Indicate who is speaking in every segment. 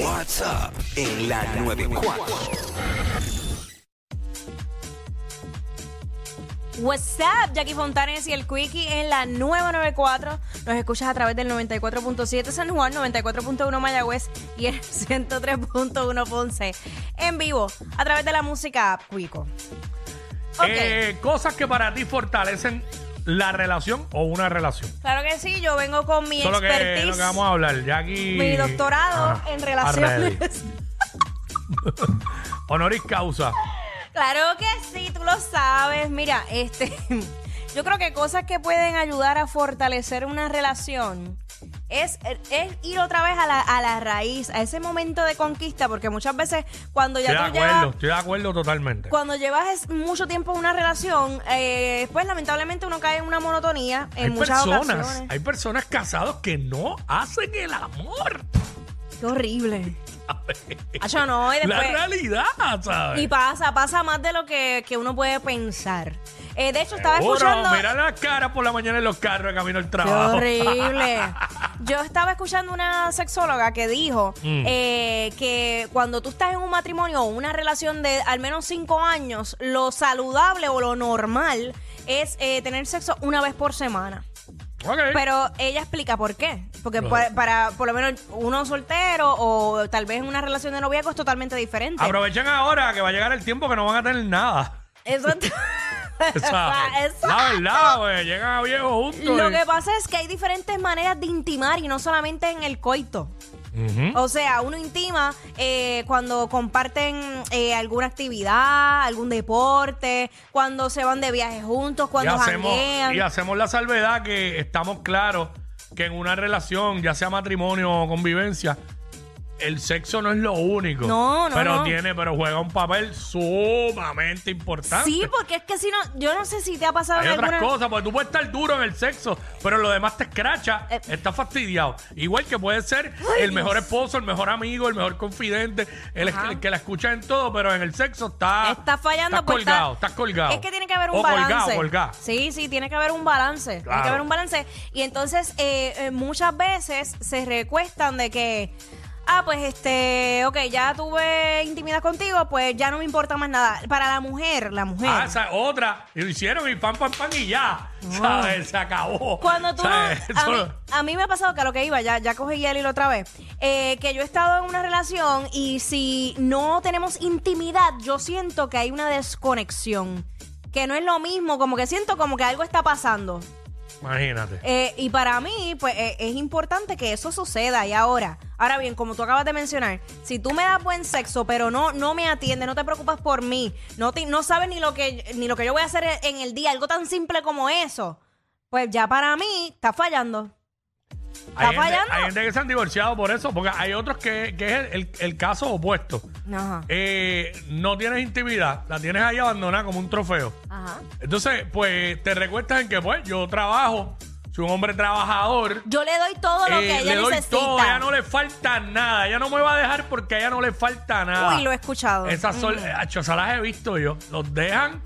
Speaker 1: What's up en la 94.
Speaker 2: What's up, Jackie Fontanes y el Quickie en la 994. Nos escuchas a través del 94.7 San Juan, 94.1 Mayagüez y el 103.1 Ponce. En vivo, a través de la música app, Cuico. Ok,
Speaker 3: Eh, cosas que para ti fortalecen la relación o una relación.
Speaker 2: claro que sí, yo vengo con mi
Speaker 3: Eso es lo que,
Speaker 2: expertise,
Speaker 3: lo que vamos a hablar. Jackie.
Speaker 2: mi doctorado
Speaker 3: Ah,
Speaker 2: en
Speaker 3: already.
Speaker 2: relaciones.
Speaker 3: Honoris causa.
Speaker 2: Claro que sí, tú lo sabes. Mira, este, yo creo que cosas que pueden ayudar a fortalecer una relación es, es ir otra vez a la, a la raíz, a ese momento de conquista, porque muchas veces cuando ya
Speaker 3: Estoy de
Speaker 2: tú llevas-
Speaker 3: acuerdo, estoy de acuerdo totalmente.
Speaker 2: cuando llevas es- mucho tiempo en una relación, eh, pues lamentablemente uno cae en una monotonía en
Speaker 3: hay
Speaker 2: muchas
Speaker 3: personas,
Speaker 2: ocasiones.
Speaker 3: hay personas casados que no hacen el amor.
Speaker 2: Qué horrible. Acho, no, y
Speaker 3: la
Speaker 2: después-
Speaker 3: realidad, ¿sabes?
Speaker 2: Y pasa, pasa más de lo que, que uno puede pensar. Eh, de hecho, estaba
Speaker 3: Seguro,
Speaker 2: escuchando...
Speaker 3: Mira las caras por la mañana en los carros de camino al
Speaker 2: Qué
Speaker 3: trabajo.
Speaker 2: horrible. Yo estaba escuchando una sexóloga que dijo
Speaker 3: Mm.
Speaker 2: eh, que cuando tú estás en un matrimonio o una relación de al menos cinco años, lo saludable o lo normal es eh, tener sexo una vez por semana.
Speaker 3: Ok.
Speaker 2: Pero ella explica por qué. Porque
Speaker 3: Claro.
Speaker 2: para, para, por lo menos uno soltero o tal vez en una relación de noviazgo es totalmente diferente.
Speaker 3: Aprovechen ahora que va a llegar el tiempo que no van a tener nada.
Speaker 2: Exacto.
Speaker 3: ¿sabes?
Speaker 2: Exacto.
Speaker 3: La verdad, güey. Llegan a viejos juntos.
Speaker 2: Lo
Speaker 3: y-
Speaker 2: que pasa es que hay diferentes maneras de intimar y no solamente en el coito.
Speaker 3: Ujú.
Speaker 2: O sea, uno intima eh, cuando comparten eh, alguna actividad, algún deporte, cuando se van de viaje juntos, cuando
Speaker 3: y hacemos,
Speaker 2: janguean.
Speaker 3: y hacemos la salvedad que estamos claros que en una relación, ya sea matrimonio o convivencia, el sexo no es lo único.
Speaker 2: No, no,
Speaker 3: Pero
Speaker 2: no.
Speaker 3: tiene, pero juega un papel sumamente importante.
Speaker 2: Sí, porque es que si no, yo no sé si te ha pasado
Speaker 3: Hay
Speaker 2: en
Speaker 3: otras
Speaker 2: alguna...
Speaker 3: cosas, porque tú puedes estar duro en el sexo, pero lo demás te escracha,
Speaker 2: Eh.
Speaker 3: estás fastidiado. Igual que puede ser
Speaker 2: Ay,
Speaker 3: el mejor
Speaker 2: Dios.
Speaker 3: esposo, el mejor amigo, el mejor confidente, el,
Speaker 2: Ajá.
Speaker 3: el que la escucha en todo, pero en el sexo está.
Speaker 2: Está fallando
Speaker 3: Estás
Speaker 2: pues, está-
Speaker 3: colgado, estás colgado.
Speaker 2: Es que tiene que haber un
Speaker 3: o
Speaker 2: balance.
Speaker 3: colgado, colgado.
Speaker 2: Sí, sí, tiene que haber un balance. Tiene
Speaker 3: Claro.
Speaker 2: que haber un balance. Y entonces, eh, eh, muchas veces se recuestan de que. Ah, pues este, ok, ya tuve intimidad contigo, pues ya no me importa más nada. Para la mujer, la mujer.
Speaker 3: Ah, esa es otra. Y lo hicieron y pam, pam, pam y ya. ¿Sabes? Se acabó.
Speaker 2: Cuando tú no-
Speaker 3: ¿Sabes?
Speaker 2: a,
Speaker 3: Eso-
Speaker 2: mí, a mí me ha pasado que a lo que iba, ya, ya cogí el hilo otra vez, eh, que yo he estado en una relación y si no tenemos intimidad, yo siento que hay una desconexión. Que no es lo mismo, como que siento como que algo está pasando.
Speaker 3: Imagínate.
Speaker 2: Eh, y para mí, pues eh, es importante que eso suceda y ahora. Ahora bien, como tú acabas de mencionar, si tú me das buen sexo, pero no, no me atiendes, no te preocupas por mí, no, te- no sabes ni lo, que, ni lo que yo voy a hacer en el día, algo tan simple como eso, pues ya para mí está fallando.
Speaker 3: Hay
Speaker 2: ¿Está
Speaker 3: gente-
Speaker 2: fallando?
Speaker 3: hay gente que se han divorciado por eso, porque hay otros que, que es el, el- el caso opuesto.
Speaker 2: Ajá.
Speaker 3: Eh, no tienes intimidad, la tienes ahí abandonada como un trofeo.
Speaker 2: Ajá.
Speaker 3: Entonces, pues te recuestas en que, pues, yo trabajo, soy un hombre trabajador.
Speaker 2: Yo le doy todo lo que
Speaker 3: eh,
Speaker 2: ella
Speaker 3: le doy
Speaker 2: necesita.
Speaker 3: todo, ella no le falta nada. Ella no me va a dejar porque a ella no le falta nada.
Speaker 2: Uy, lo he escuchado. Mm.
Speaker 3: Esas son, eh, acho, esas las he visto yo. Los dejan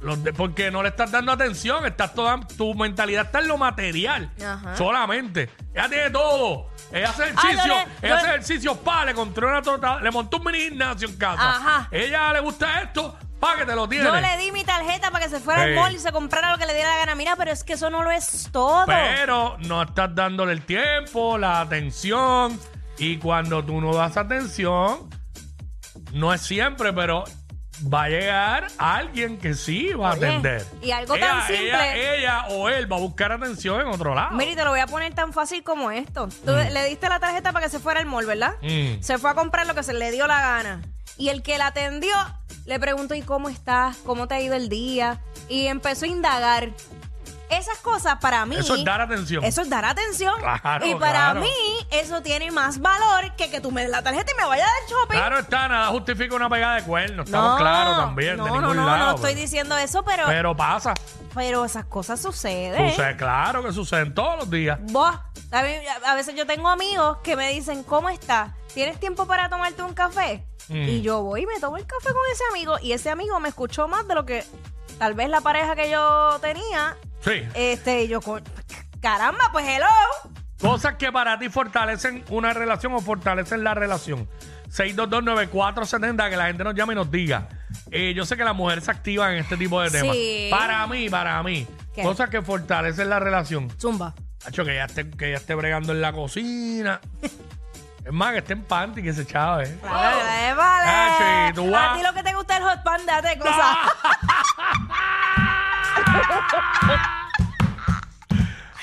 Speaker 3: los de- porque no le estás dando atención. Estás toda, tu mentalidad está en lo material.
Speaker 2: Ajá.
Speaker 3: Solamente. Ella tiene todo. Ella hace ejercicio,
Speaker 2: yo le-
Speaker 3: ella
Speaker 2: yo-
Speaker 3: hace ejercicio, pa, le compró una torta, le montó un mini gimnasio en casa.
Speaker 2: Ajá.
Speaker 3: Ella le gusta esto, pa, que te lo tiene.
Speaker 2: Yo le di mi tarjeta para que se fuera al
Speaker 3: Sí.
Speaker 2: mall y se comprara lo que le diera la gana. Mira, pero es que eso no lo es todo.
Speaker 3: Pero no estás dándole el tiempo, la atención. Y cuando tú no das atención, no es siempre, pero va a llegar alguien que sí va
Speaker 2: Oye,
Speaker 3: a atender.
Speaker 2: y algo tan simple.
Speaker 3: Ella, ella o él va a buscar atención en otro lado.
Speaker 2: Mira, y te lo voy a poner tan fácil como esto. Tú le diste la tarjeta para que se fuera al mall, ¿verdad?
Speaker 3: Mm.
Speaker 2: Se fue a comprar lo que se le dio la gana. Y el que la atendió le preguntó, ¿y cómo estás? ¿Cómo te ha ido el día? Y empezó a indagar. Esas cosas para mí.
Speaker 3: Eso es dar atención.
Speaker 2: Eso es dar atención.
Speaker 3: Claro,
Speaker 2: y para
Speaker 3: claro.
Speaker 2: mí, eso tiene más valor que que tú me des la tarjeta y me vaya a dar shopping.
Speaker 3: Claro está, nada justifica una pegada de cuernos. Estamos claros también.
Speaker 2: No,
Speaker 3: de
Speaker 2: no,
Speaker 3: ningún
Speaker 2: no,
Speaker 3: lado,
Speaker 2: no estoy
Speaker 3: pero-
Speaker 2: diciendo eso, pero, pero,
Speaker 3: Pero pasa.
Speaker 2: esas cosas suceden.
Speaker 3: Sucede, claro que suceden todos los días.
Speaker 2: Vos, a, mí- a veces yo tengo amigos que me dicen, ¿cómo estás? ¿Tienes tiempo para tomarte un café?
Speaker 3: Mm.
Speaker 2: Y yo voy y me tomo el café con ese amigo y ese amigo me escuchó más de lo que tal vez la pareja que yo tenía.
Speaker 3: Sí.
Speaker 2: Este, y yo, co- caramba, pues hello.
Speaker 3: Cosas que para ti fortalecen una relación o fortalecen la relación. 6229470, que la gente nos llame y nos diga. Eh, yo sé que las mujeres se activan en este tipo de temas.
Speaker 2: Sí.
Speaker 3: Para mí, para mí.
Speaker 2: ¿Qué?
Speaker 3: Cosas que fortalecen la relación.
Speaker 2: Zumba.
Speaker 3: Hacho, que ya esté, que ella esté bregando en la cocina. es más, que esté en panty, que se chave.
Speaker 2: Claro, eh, vale.
Speaker 3: Ah, sí, tú
Speaker 2: a
Speaker 3: vas. Ah.
Speaker 2: ti lo que te gusta es el hot pan, date cosas.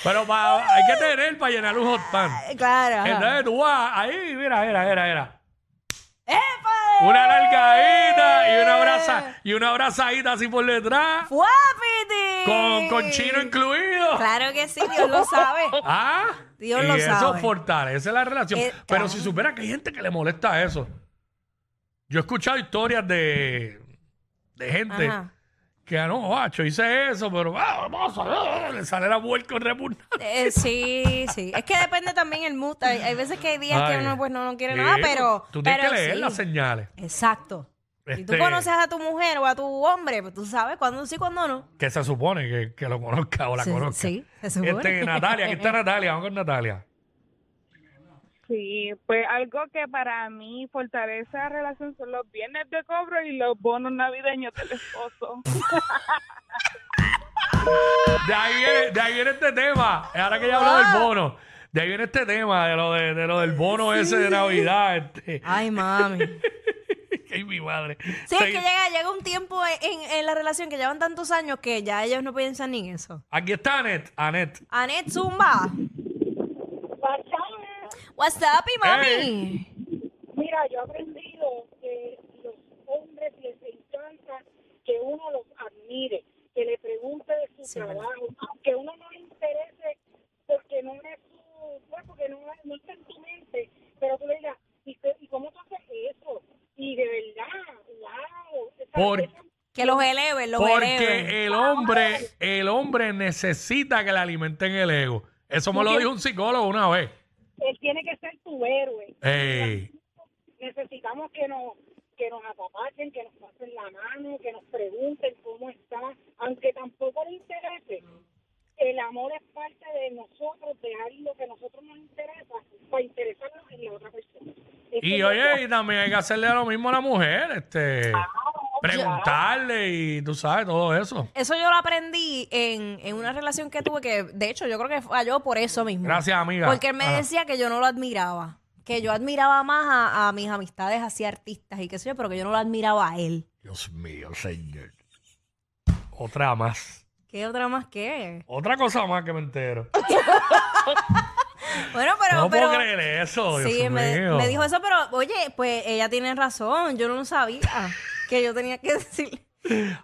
Speaker 3: Pero pa- hay que tener para llenar un hot pan.
Speaker 2: Claro. ajá.
Speaker 3: Entonces tú vas ahí, mira, era, era, era.
Speaker 2: ¡Epa!
Speaker 3: Una largadita y una abraza, y una abrazadita así por detrás,
Speaker 2: ¡Fuapiti!
Speaker 3: con, con chino incluido.
Speaker 2: Claro que sí, Dios lo sabe.
Speaker 3: Ah,
Speaker 2: Dios
Speaker 3: y
Speaker 2: lo
Speaker 3: eso
Speaker 2: sabe.
Speaker 3: fortalece la relación.
Speaker 2: Eh,
Speaker 3: Pero
Speaker 2: claro.
Speaker 3: si supera que hay gente que le molesta eso. Yo he escuchado historias de, de gente
Speaker 2: Ajá.
Speaker 3: que ah, no, macho, hice eso, pero ah, vamos a- ah", le sale la vuelta repugnante.
Speaker 2: Eh, sí, sí. Es que depende también el mood. Hay, hay veces que hay días que
Speaker 3: Ay.
Speaker 2: uno pues no, no quiere
Speaker 3: Sí,
Speaker 2: nada, pero.
Speaker 3: Tú tienes
Speaker 2: pero
Speaker 3: que leer
Speaker 2: sí.
Speaker 3: las señales.
Speaker 2: Exacto. Si tú
Speaker 3: Este-
Speaker 2: conoces a tu mujer o a tu hombre, pues tú sabes cuándo sí, cuándo no.
Speaker 3: Que se supone que, que lo conozca o la
Speaker 2: Sí,
Speaker 3: conozca.
Speaker 2: sí, se supone.
Speaker 3: Este, Natalia, aquí está Natalia, vamos con Natalia.
Speaker 4: Sí, pues algo que para mí fortalece la relación son los bienes de cobro y los bonos navideños del esposo.
Speaker 3: De ahí viene, de ahí viene este tema. Ahora que ya habló del bono. De ahí viene este tema, de lo, de, de lo del bono ese de Navidad. Este.
Speaker 2: Ay, mami.
Speaker 3: Ay, mi madre.
Speaker 2: Sí, es
Speaker 3: Seis-
Speaker 2: que llega, llega un tiempo en, en la relación que llevan tantos años que ya ellos no piensan ni en eso.
Speaker 3: Aquí está Anet. Anet.
Speaker 2: Anet Zumba. What's up, y mami?
Speaker 5: Mira, yo he aprendido que los hombres les encanta que uno los admire, que le pregunte de su
Speaker 2: Sí, verdad.
Speaker 5: trabajo, aunque uno no le interese porque no es su, pues, porque no, no está en tu mente, pero tú le digas, ¿y, qué- y cómo tú haces eso? Y de verdad, wow. ¿sabes?
Speaker 3: Por-
Speaker 5: Eso-
Speaker 2: Que los eleven, los eleven.
Speaker 3: Porque el hombre, el hombre necesita que le alimenten el ego. Eso me lo dijo un psicólogo una vez.
Speaker 5: Él tiene que ser tu héroe.
Speaker 3: Ey.
Speaker 5: necesitamos que nos que nos apapachen, que nos pasen la mano, que nos pregunten cómo está, aunque tampoco le interese. El amor es parte de nosotros, dejar lo que a nosotros nos interesa para interesarnos en la otra persona. Eso
Speaker 3: Y
Speaker 5: yo-
Speaker 3: oye, y también hay que hacerle lo mismo a la mujer, este, preguntarle y tú sabes todo eso.
Speaker 2: Eso yo lo aprendí en, en una relación que tuve que, de hecho, yo creo que falló por eso mismo.
Speaker 3: Gracias, amiga.
Speaker 2: Porque él me
Speaker 3: Ajá.
Speaker 2: decía que yo no lo admiraba. Que yo admiraba más a, a mis amistades así artistas y qué sé yo, pero que yo no lo admiraba a él.
Speaker 3: Dios mío, señor. Otra más.
Speaker 2: ¿Qué otra más que?
Speaker 3: Otra cosa más que me entero.
Speaker 2: Bueno, pero...
Speaker 3: no
Speaker 2: pero
Speaker 3: puedo creer eso. Dios
Speaker 2: sí, me,
Speaker 3: mío.
Speaker 2: me dijo eso, pero oye, pues ella tiene razón. Yo no sabía que yo tenía que decirle.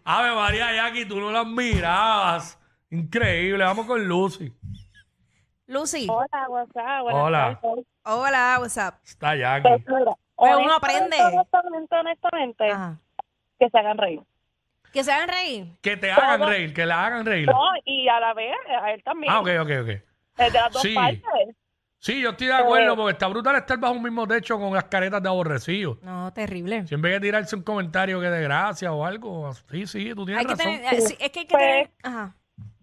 Speaker 3: Ave María Jackie, tú no las mirabas. Increíble. Vamos con Lucy.
Speaker 2: Lucy,
Speaker 4: Hola, WhatsApp.
Speaker 3: Hola.
Speaker 2: hola, WhatsApp.
Speaker 3: Está Jackie.
Speaker 2: Pero Pues uno aprende.
Speaker 4: Pues Honestamente, honestamente, que se hagan reír.
Speaker 2: Que se hagan reír.
Speaker 3: Que te hagan reír, que la hagan reír.
Speaker 4: No, y a la vez, a él también.
Speaker 3: Ah, ok, ok, ok.
Speaker 4: Es de las dos
Speaker 3: Sí.
Speaker 4: partes.
Speaker 3: Sí, yo estoy de acuerdo porque está brutal estar bajo un mismo techo con las caretas de aborrecido.
Speaker 2: No, terrible.
Speaker 3: Siempre hay que tirarse un comentario que de gracia o algo. Sí, sí, tú tienes
Speaker 2: Hay que
Speaker 3: razón.
Speaker 2: tener, eh, sí, es que hay que
Speaker 4: Pues-
Speaker 2: tener... Ajá.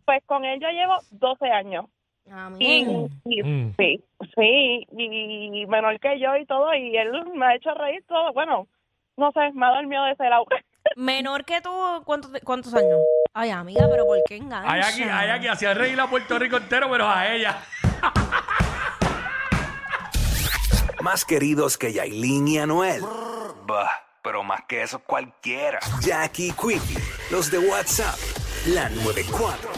Speaker 4: Pues con él yo llevo 12 años. Y,
Speaker 2: Amén.
Speaker 4: y-
Speaker 3: Mm.
Speaker 4: sí, sí, y, y menor que yo y todo, y él me ha hecho reír todo. Bueno, no sé, me ha dormido de ese lado.
Speaker 2: Menor que tú, ¿cuánto te- ¿cuántos años? Ay, amiga, pero ¿por qué engancha?
Speaker 3: Hay aquí, hay aquí, hacía reír a Puerto Rico entero, pero a ella.
Speaker 1: Más queridos que Yailin y Anuel. Bah, pero más que eso cualquiera. Jackie Quickie, los de WhatsApp, la 94.